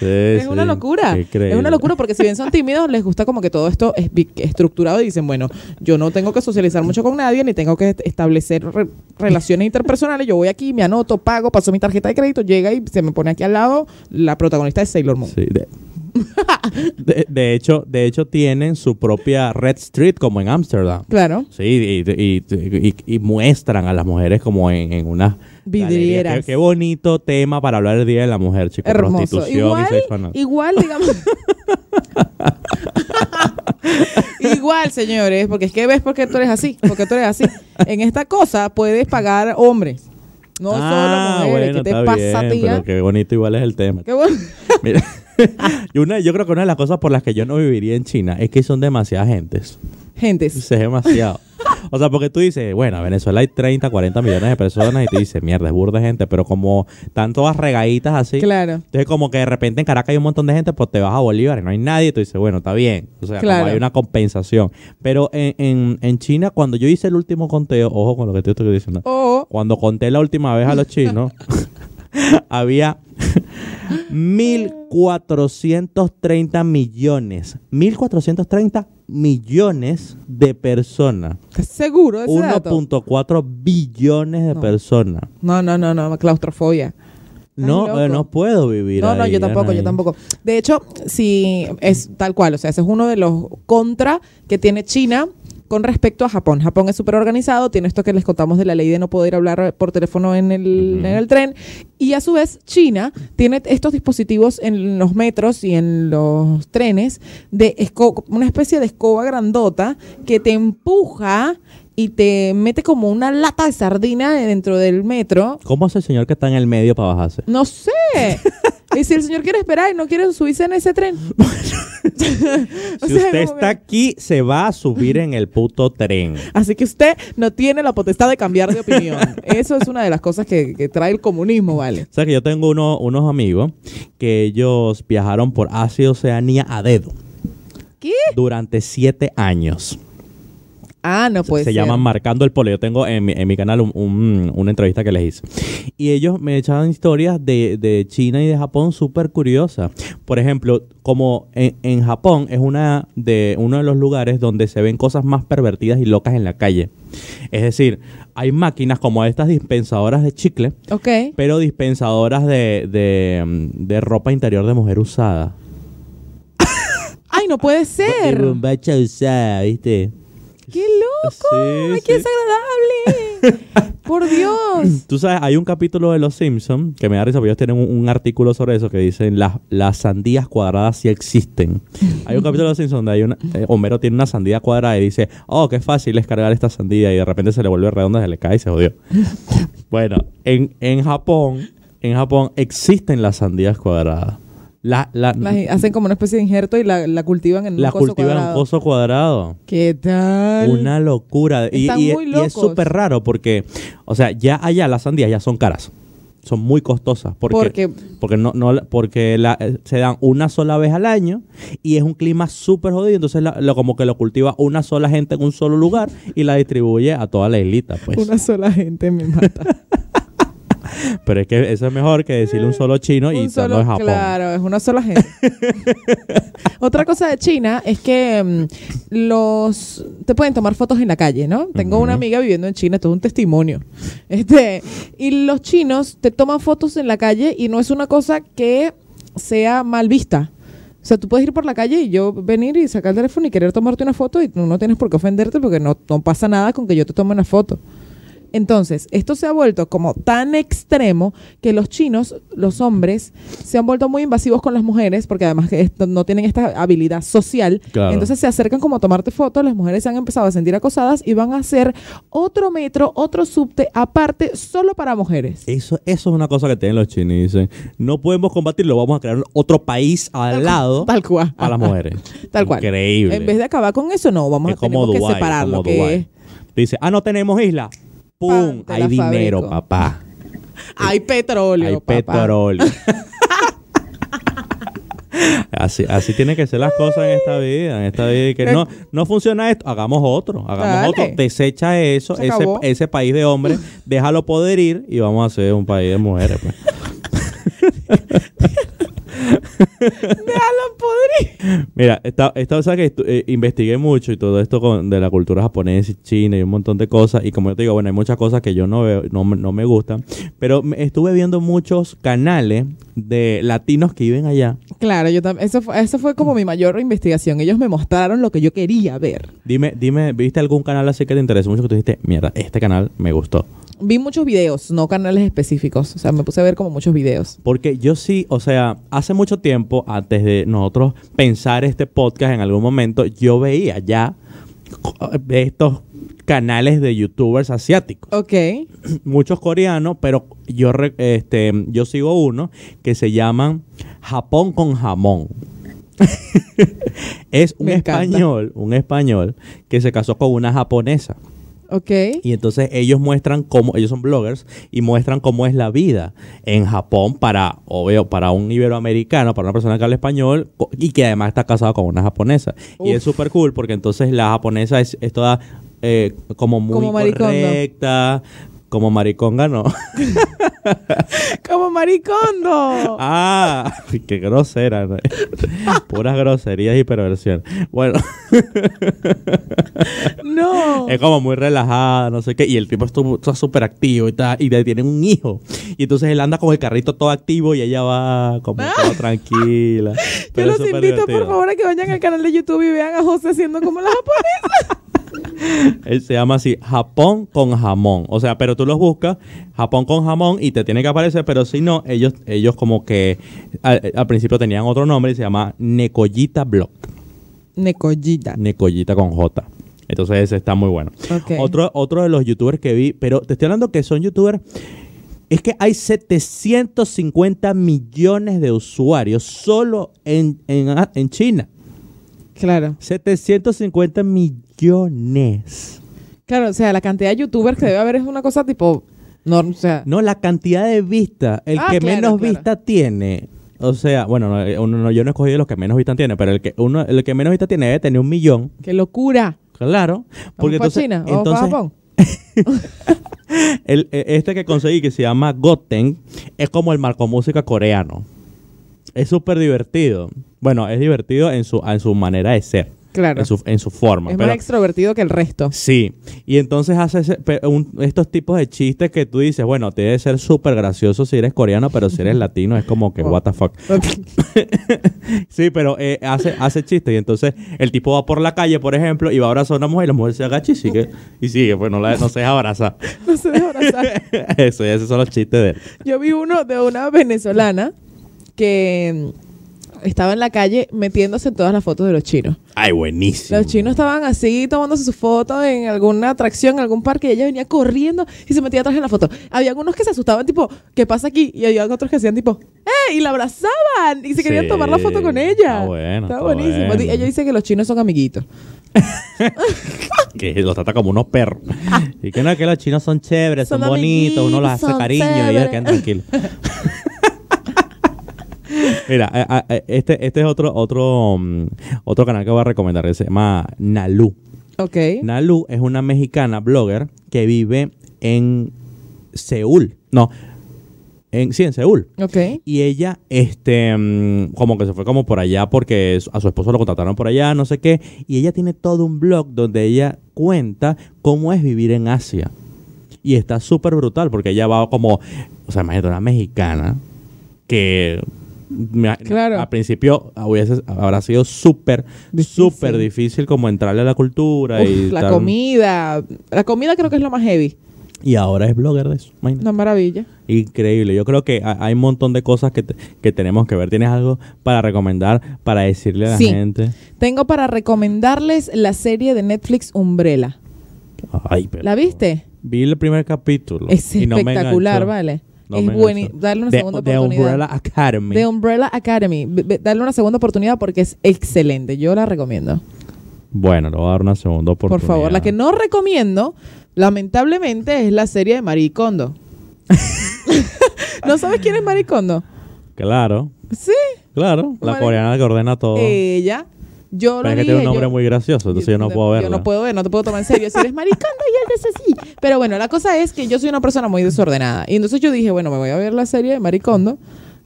S1: Sí,
S2: Es
S1: sí.
S2: una locura.
S1: Qué
S2: Es una
S1: increíble.
S2: locura porque si bien son tímidos, les gusta como que todo esto es bi- estructurado y dicen, bueno, yo no tengo que socializar mucho con nadie, ni tengo que est- establecer re- relaciones interpersonales. Yo voy aquí, me anoto, pago, paso mi tarjeta de crédito, llega y se me pone aquí al lado la protagonista de Sailor Moon.
S1: Sí, de, de- de hecho, de hecho tienen su propia Red Street como en Ámsterdam.
S2: Claro.
S1: Sí, y, y- y- y- y muestran a las mujeres como en, en unas
S2: Vidrieras.
S1: galerías. Qué, qué bonito tema para hablar el Día de la Mujer, chicos.
S2: Hermoso.
S1: Prostitución
S2: Igual,
S1: y sexo anal.
S2: igual, digamos. igual, señores, porque es que ves por qué tú eres así, porque tú eres así. En esta cosa puedes pagar hombres, no
S1: ah,
S2: solo mujeres.
S1: bueno,
S2: ¿Qué te
S1: está
S2: pasa,
S1: bien,
S2: tía?
S1: pero qué bonito igual es el tema.
S2: Qué bueno.
S1: Mira, y una, yo creo que una de las cosas por las que yo no viviría en China es que son demasiadas gentes.
S2: Gentes.
S1: Es demasiado. O sea, porque tú dices, bueno, en Venezuela hay 30, 40 millones de personas y tú dices, mierda, es burda de gente, pero como están todas regaditas así.
S2: Claro.
S1: Entonces, como que de repente en Caracas hay un montón de gente, pues te vas a Bolívar y no hay nadie. y Tú dices, bueno, está bien. O sea, como
S2: Claro.
S1: hay una compensación. Pero en, en, en China, cuando yo hice el último conteo, ojo con lo que te estoy diciendo.
S2: O
S1: Cuando conté la última vez a los chinos, había 1.430 millones. 1.430 millones de personas.
S2: ¿estás seguro de ese dato?
S1: 1.4 billones de
S2: No.
S1: personas.
S2: No, no, no, no, claustrofobia.
S1: No,
S2: loco.
S1: eh, no puedo vivir.
S2: No, no,
S1: ahí,
S2: yo tampoco, yo
S1: Anaí.
S2: tampoco. De hecho, sí, es tal cual. O sea, ese es uno de los contra que tiene China con respecto a Japón. Japón es súper organizado, tiene esto que les contamos de la ley de no poder hablar por teléfono en el,
S1: Ujú.
S2: en el tren. Y a su vez, China tiene estos dispositivos en los metros y en los trenes de esco- una especie de escoba grandota que te empuja y te mete como una lata de sardina dentro del metro
S1: ¿Cómo hace el señor que está en el medio para bajarse?
S2: no sé. y si el señor quiere esperar y no quiere subirse en ese tren. O
S1: Si
S2: sea,
S1: usted
S2: como
S1: está
S2: que-
S1: aquí, se va a subir en el puto tren.
S2: Así que usted no tiene la potestad de cambiar de opinión. Eso es una de las cosas que, que trae el comunismo, ¿vale?
S1: O sea que yo tengo uno- unos amigos que ellos viajaron por Asia y Oceanía a dedo
S2: ¿Qué?
S1: durante siete años.
S2: Ah, no puede
S1: se
S2: ser.
S1: llaman Marcando el Polo. Yo tengo en mi, en mi canal un- un- una entrevista que les hice. Y ellos me echaban historias de, de China y de Japón súper curiosas. Por ejemplo, como en, en Japón es una de, uno de los lugares donde se ven cosas más pervertidas y locas en la calle. Es decir, hay máquinas como estas dispensadoras de chicle,
S2: Ok.
S1: pero dispensadoras de, de, mm, de ropa interior de mujer usada.
S2: Ay, no puede
S1: De
S2: ser.
S1: bombacha usada, ¿viste?
S2: ¡Qué loco!
S1: Sí,
S2: ¡Ay, qué
S1: sí.
S2: desagradable! ¡Por Dios!
S1: Tú sabes, hay un capítulo de Los Simpsons que me da risa, porque ellos tienen un, un artículo sobre eso que dicen las, las sandías cuadradas sí existen. Hay un capítulo de Los Simpsons donde hay una, eh, Homero tiene una sandía cuadrada y dice, oh, qué fácil es cargar esta sandía y de repente se le vuelve redonda, se le cae y se jodió. bueno, en, en Japón en Japón existen las sandías cuadradas. La, la,
S2: Las hacen como una especie de injerto y la, la cultivan en
S1: la
S2: un coso
S1: cultivan en
S2: cuadrado.
S1: coso cuadrado.
S2: ¿Qué tal?
S1: Una locura. Y,
S2: Están
S1: y-
S2: muy
S1: y es
S2: locos.
S1: súper raro porque, o sea, ya allá las sandías ya son caras. Son muy costosas. Porque,
S2: Porque-
S1: porque no, no, porque la- eh, se dan una sola vez al año y es un clima súper jodido. Entonces, la- lo- como que lo cultiva una sola gente en un solo lugar y la distribuye a toda la islita. Pues.
S2: Una sola gente me mata.
S1: Pero es que eso es mejor que decirle un solo chino y
S2: Un
S1: solo
S2: solo,
S1: en Japón.
S2: claro, es una sola gente. Otra cosa de China es que mm, los te pueden tomar fotos en la calle, ¿no? Tengo una
S1: Ujú.
S2: amiga viviendo en China, esto es un testimonio. Este, y los chinos te toman fotos en la calle y no es una cosa que sea mal vista. O sea, tú puedes ir por la calle y yo venir y sacar el teléfono y querer tomarte una foto y tú no tienes por qué ofenderte porque no, no pasa nada con que yo te tome una foto. Entonces, esto se ha vuelto como tan extremo que los chinos, los hombres, se han vuelto muy invasivos con las mujeres porque además que esto- no tienen esta habilidad social.
S1: Claro.
S2: Entonces se acercan como a tomarte fotos, las mujeres se han empezado a sentir acosadas y van a hacer otro metro, otro subte aparte solo para mujeres.
S1: Eso, eso es una cosa que tienen los chinos. y Dicen, no podemos combatirlo, vamos a crear otro país al lado
S2: Tal cual.
S1: para las mujeres.
S2: Tal cual.
S1: Increíble.
S2: En vez de acabar con eso, no, vamos
S1: es
S2: a tenemos
S1: como Dubái.
S2: que separarlo.
S1: como
S2: que
S1: Dubái.
S2: es-
S1: Dice, ah, no tenemos isla. ¡Pum!
S2: Pan, te
S1: Hay
S2: la
S1: dinero,
S2: fabrico.
S1: papá.
S2: Hay petróleo.
S1: Hay
S2: papá.
S1: petróleo. Así, así tienen que ser las cosas en esta vida. En esta vida y que no, no funciona esto, hagamos otro. Hagamos
S2: Eh. Dale.
S1: otro. Desecha eso,
S2: Se
S1: ese,
S2: acabó.
S1: ese país de hombres, déjalo poder ir y vamos a hacer un país de mujeres. pues.
S2: Déjalo podrir.
S1: Mira, esta, esta cosa que estu- eh, investigué mucho y todo esto con- de la cultura japonesa y china y un montón de cosas. Y como yo te digo, bueno, hay muchas cosas que yo no veo, no, me- no me gustan. Pero me- estuve viendo muchos canales de latinos que viven allá.
S2: Claro, yo también. Eso fue, eso fue como mi mayor investigación. Ellos me mostraron lo que yo quería ver.
S1: Dime, dime, ¿viste algún canal así que te interesó mucho que tú dijiste, mierda, este canal me gustó?
S2: Vi muchos videos, no canales específicos. O sea, me puse a ver como muchos videos.
S1: Porque yo sí, o sea, hace mucho tiempo, antes de nosotros pensar este podcast en algún momento, yo veía ya co- estos canales de youtubers asiáticos.
S2: Ok.
S1: muchos coreanos, pero yo re- este yo sigo uno que se llaman Japón con jamón. es un
S2: Me encanta.
S1: español, un español que se casó con una japonesa.
S2: Ok.
S1: Y entonces ellos muestran cómo, ellos son bloggers y muestran cómo es la vida en Japón para, obvio, para un iberoamericano, para una persona que habla español co- y que además está casado con una japonesa. Y
S2: Uf.
S1: es súper cool porque entonces la japonesa es, es toda eh, como muy
S2: Como mariconda.
S1: correcta, como mariconga, no.
S2: Como maricondo.
S1: ah, qué grosera. ¿no? Puras groserías y perversión. Bueno.
S2: No.
S1: Es como muy relajada, no sé qué. Y el tipo estuvo- está súper activo y tal. Y de- tienen un hijo. Y entonces él anda con el carrito todo activo y ella va como todo tranquila.
S2: Ah. Yo
S1: Pero es
S2: los
S1: súper
S2: invito,
S1: divertido.
S2: por favor, a que vayan al canal de YouTube y vean a José haciendo como la japonesa.
S1: Él se llama así, Japón con jamón. O sea, pero tú los buscas, Japón con jamón, y te tiene que aparecer. Pero si no, ellos, ellos como que al, al principio tenían otro nombre y se llama Necollita Block.
S2: Necollita.
S1: Necollita con J. Entonces ese está muy bueno.
S2: Ok.
S1: Otro, otro de los youtubers que vi, pero te estoy hablando que son youtubers. Es que hay 750 millones de usuarios solo en, en, ah, en China.
S2: Claro.
S1: 750 millones.
S2: Claro, o sea, la cantidad de youtubers que debe haber es una cosa tipo. No, o sea.
S1: No, la cantidad de vistas. El
S2: Ah,
S1: que
S2: claro,
S1: menos
S2: claro.
S1: vistas tiene. O sea, bueno, no, eh, uno no- yo no he escogido los que menos vistas tiene, pero el que, uno, el que menos vistas tiene debe tener un millón.
S2: ¡Qué locura!
S1: Claro. Porque
S2: Porque para
S1: entonces,
S2: China? ¿Vamos para
S1: entonces
S2: Japón?
S1: El- eh, este que conseguí que se llama Goten es como el marco música coreano. Es súper divertido. Bueno, es divertido en su, en su manera de ser.
S2: Claro.
S1: En su, en su forma.
S2: Es
S1: pero-
S2: más extrovertido que el resto.
S1: sí. Y entonces hace ese- pe- un- estos tipos de chistes que tú dices, bueno, te debe ser súper gracioso si eres coreano, pero si eres latino es como que,
S2: Oh.
S1: what the fuck. Sí, pero eh, hace, hace chistes. Y entonces el tipo va por la calle, por ejemplo, y va a abrazar a una mujer y la mujer se agacha y sigue. Y sigue, pues no, la, no se deja abrazar.
S2: No se deja abrazar.
S1: Eso, esos son los chistes de él.
S2: Yo vi uno de una venezolana que mm, estaba en la calle metiéndose en todas las fotos de los chinos.
S1: Ay, buenísimo.
S2: Los chinos estaban así tomándose su foto en alguna atracción, en algún parque, y ella venía corriendo y se metía atrás en la foto. Había algunos que se asustaban, tipo, ¿qué pasa aquí? Y había otros que hacían tipo, ¡eh! Y la abrazaban y se querían
S1: Sí.
S2: tomar la foto con ella.
S1: Está bueno,
S2: Estaba
S1: está
S2: buenísimo.
S1: bueno.
S2: Di- Ella dice que los chinos son amiguitos.
S1: Que los trata como unos perros. Y que no, que los chinos son chéveres, son,
S2: Ah. Son
S1: bonitos, uno los hace
S2: amiguitos,
S1: cariño y ellos
S2: chéveres.
S1: quedan tranquilos. Mira, eh, ah, eh, este, este es otro, otro, mm, otro canal que voy a recomendar, que se llama Nalu.
S2: Ok.
S1: Nalu es una mexicana blogger que vive en Seúl. No, en, sí, en Seúl.
S2: Ok.
S1: Y ella, este, mm, como que se fue como por allá porque su- a su esposo lo contrataron por allá, no sé qué. Y ella tiene todo un blog donde ella cuenta cómo es vivir en Asia. Y está súper brutal porque ella va como, o sea, imagínate, una mexicana que me-
S2: Claro.
S1: al principio hubiese- habrá sido súper,
S2: Difícil.
S1: súper difícil como entrarle a la cultura y
S2: Uf, la
S1: tal.
S2: comida. La comida creo que es lo más heavy.
S1: Y ahora es blogger de eso, imagínate.
S2: Una maravilla.
S1: Increíble. Yo creo que ha- hay un montón de cosas que, te- que tenemos que ver. ¿Tienes algo para recomendar, para decirle a la
S2: Sí.
S1: gente?
S2: Tengo para recomendarles la serie de Netflix Umbrella.
S1: Ay, pero-
S2: ¿La viste?
S1: Vi el primer capítulo.
S2: Es
S1: y no me
S2: espectacular,
S1: enganchó.
S2: ¿vale?
S1: No me
S2: es
S1: enganchó.
S2: bueno. Darle una
S1: The-
S2: segunda
S1: The
S2: oportunidad.
S1: Umbrella Academy.
S2: The Umbrella Academy. Ve- ve- Dale una segunda oportunidad porque es excelente. Yo la recomiendo.
S1: Bueno, le voy a dar una segunda
S2: Por
S1: oportunidad.
S2: favor, la que no recomiendo, lamentablemente, es la serie de Marie Kondo. ¿No sabes quién es Marie Kondo?
S1: Claro,
S2: Sí,
S1: claro. La
S2: Vale.
S1: coreana que ordena todo.
S2: ella. Yo
S1: Pero
S2: lo
S1: es Oh. que
S2: dije.
S1: tiene un nombre
S2: yo-
S1: muy gracioso, entonces yo, no puedo verla.
S2: Yo no puedo ver, no te puedo tomar en serio. Si eres maricando y él es así. Pero bueno, la cosa es que yo soy una persona muy desordenada. Y entonces yo dije, bueno, me voy a ver la serie de Maricondo.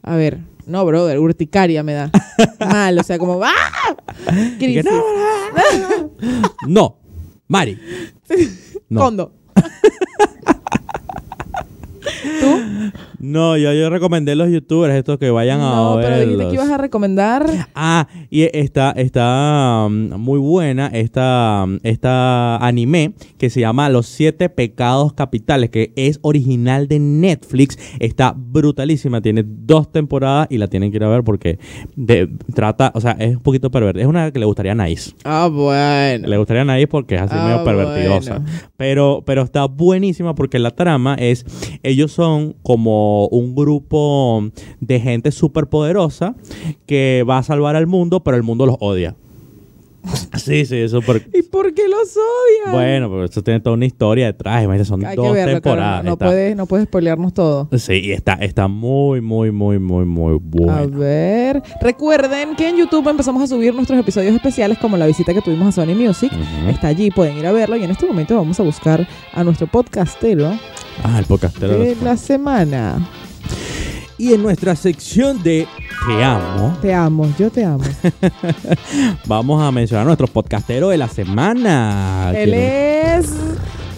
S2: A ver, no, brother, urticaria me da. Mal, o sea, como ¡ah!
S1: Y que,
S2: Crisis.
S1: no, No, Mari. No.
S2: Kondo.
S1: No, yo, yo recomendé los youtubers estos que vayan a
S2: No,
S1: ver.
S2: pero dijiste que ibas a recomendar.
S1: Ah, y está, está mm, muy buena esta, mm, esta anime que se llama Los Siete Pecados Capitales, que es original de Netflix. Está brutalísima, tiene dos temporadas y la tienen que ir a ver porque de- trata, o sea, es un poquito pervertida. Es una que le gustaría a Nice.
S2: Ah, bueno.
S1: Le gustaría a nadie porque es así
S2: Ah,
S1: medio pervertidosa.
S2: bueno.
S1: Pero, pero está buenísima porque la trama es, ellos son como un grupo de gente súper poderosa que va a salvar al mundo, pero el mundo los odia. Sí, sí, eso por...
S2: ¿Y por qué los odias?
S1: Bueno, pero eso tiene toda una historia detrás, imagínate, son
S2: Hay que
S1: dos
S2: verlo, claro,
S1: temporadas.
S2: No, no
S1: está-
S2: puedes, no puedes spoilearnos todo.
S1: Sí, y está, está muy, muy, muy, muy, muy
S2: A
S1: buena.
S2: ver, recuerden que en YouTube empezamos a subir nuestros episodios especiales como la visita que tuvimos a Sony Music.
S1: Ujú.
S2: Está allí, pueden ir a verlo y en este momento vamos a buscar a nuestro podcastero
S1: Ah, el podcastero. de
S2: de
S1: los-
S2: la semana.
S1: Y en nuestra sección de Te amo.
S2: Te amo, yo te amo.
S1: Vamos a mencionar a nuestros podcasteros de la semana.
S2: Él
S1: ¿Quién-
S2: es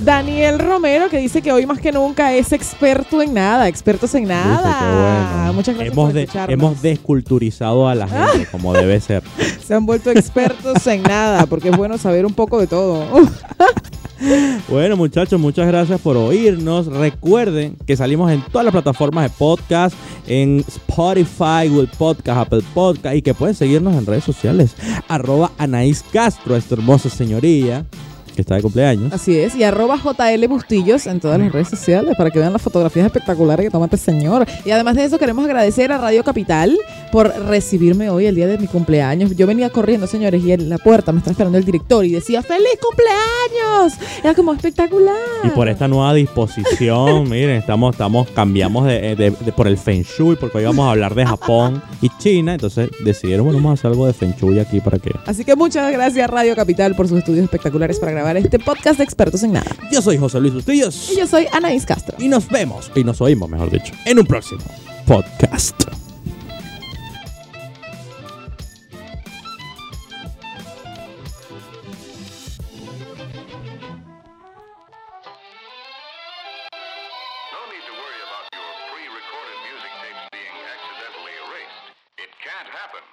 S2: Daniel Romero que dice que hoy más que nunca es experto en nada, expertos en
S1: Dice,
S2: nada.
S1: qué bueno.
S2: Muchas gracias
S1: hemos
S2: por
S1: de-
S2: escucharnos. Ah.
S1: hemos desculturizado a la gente como debe ser.
S2: Se han vuelto expertos en nada porque es bueno saber un poco de todo.
S1: Bueno, muchachos, muchas gracias por oírnos. Recuerden que salimos en todas las plataformas de podcast, en Spotify, Google Podcast, Apple Podcast, y que pueden seguirnos en redes sociales. Arroba Anaís Castro, esta hermosa señoría que está de cumpleaños.
S2: Así es, y arroba JL Bustillos en todas las redes sociales para que vean las fotografías espectaculares que toma este señor. Y además de eso, queremos agradecer a Radio Capital por recibirme hoy, el día de mi cumpleaños. Yo venía corriendo, señores, y en la puerta me estaba esperando el director y decía: ¡Feliz cumpleaños! Era como espectacular.
S1: Y por esta nueva disposición, miren, estamos, estamos, cambiamos de, eh, de- de- por el Feng Shui, porque hoy vamos a hablar de Japón y China. Entonces decidieron, bueno, vamos a hacer algo de Feng Shui aquí para que.
S2: Así que muchas gracias, Radio Capital, por sus estudios espectaculares para grabar este podcast de expertos en nada.
S1: Yo soy José Luis Bustillos.
S2: Y yo soy Anaís Castro.
S1: Y nos vemos, y nos oímos, mejor dicho, en un próximo podcast.
S3: No need to worry about your pre-recorded music tapes being accidentally erased. It can't happen.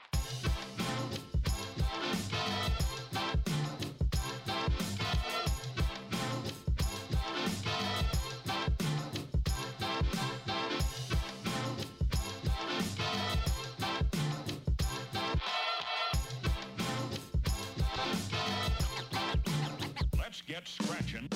S3: Get scratching.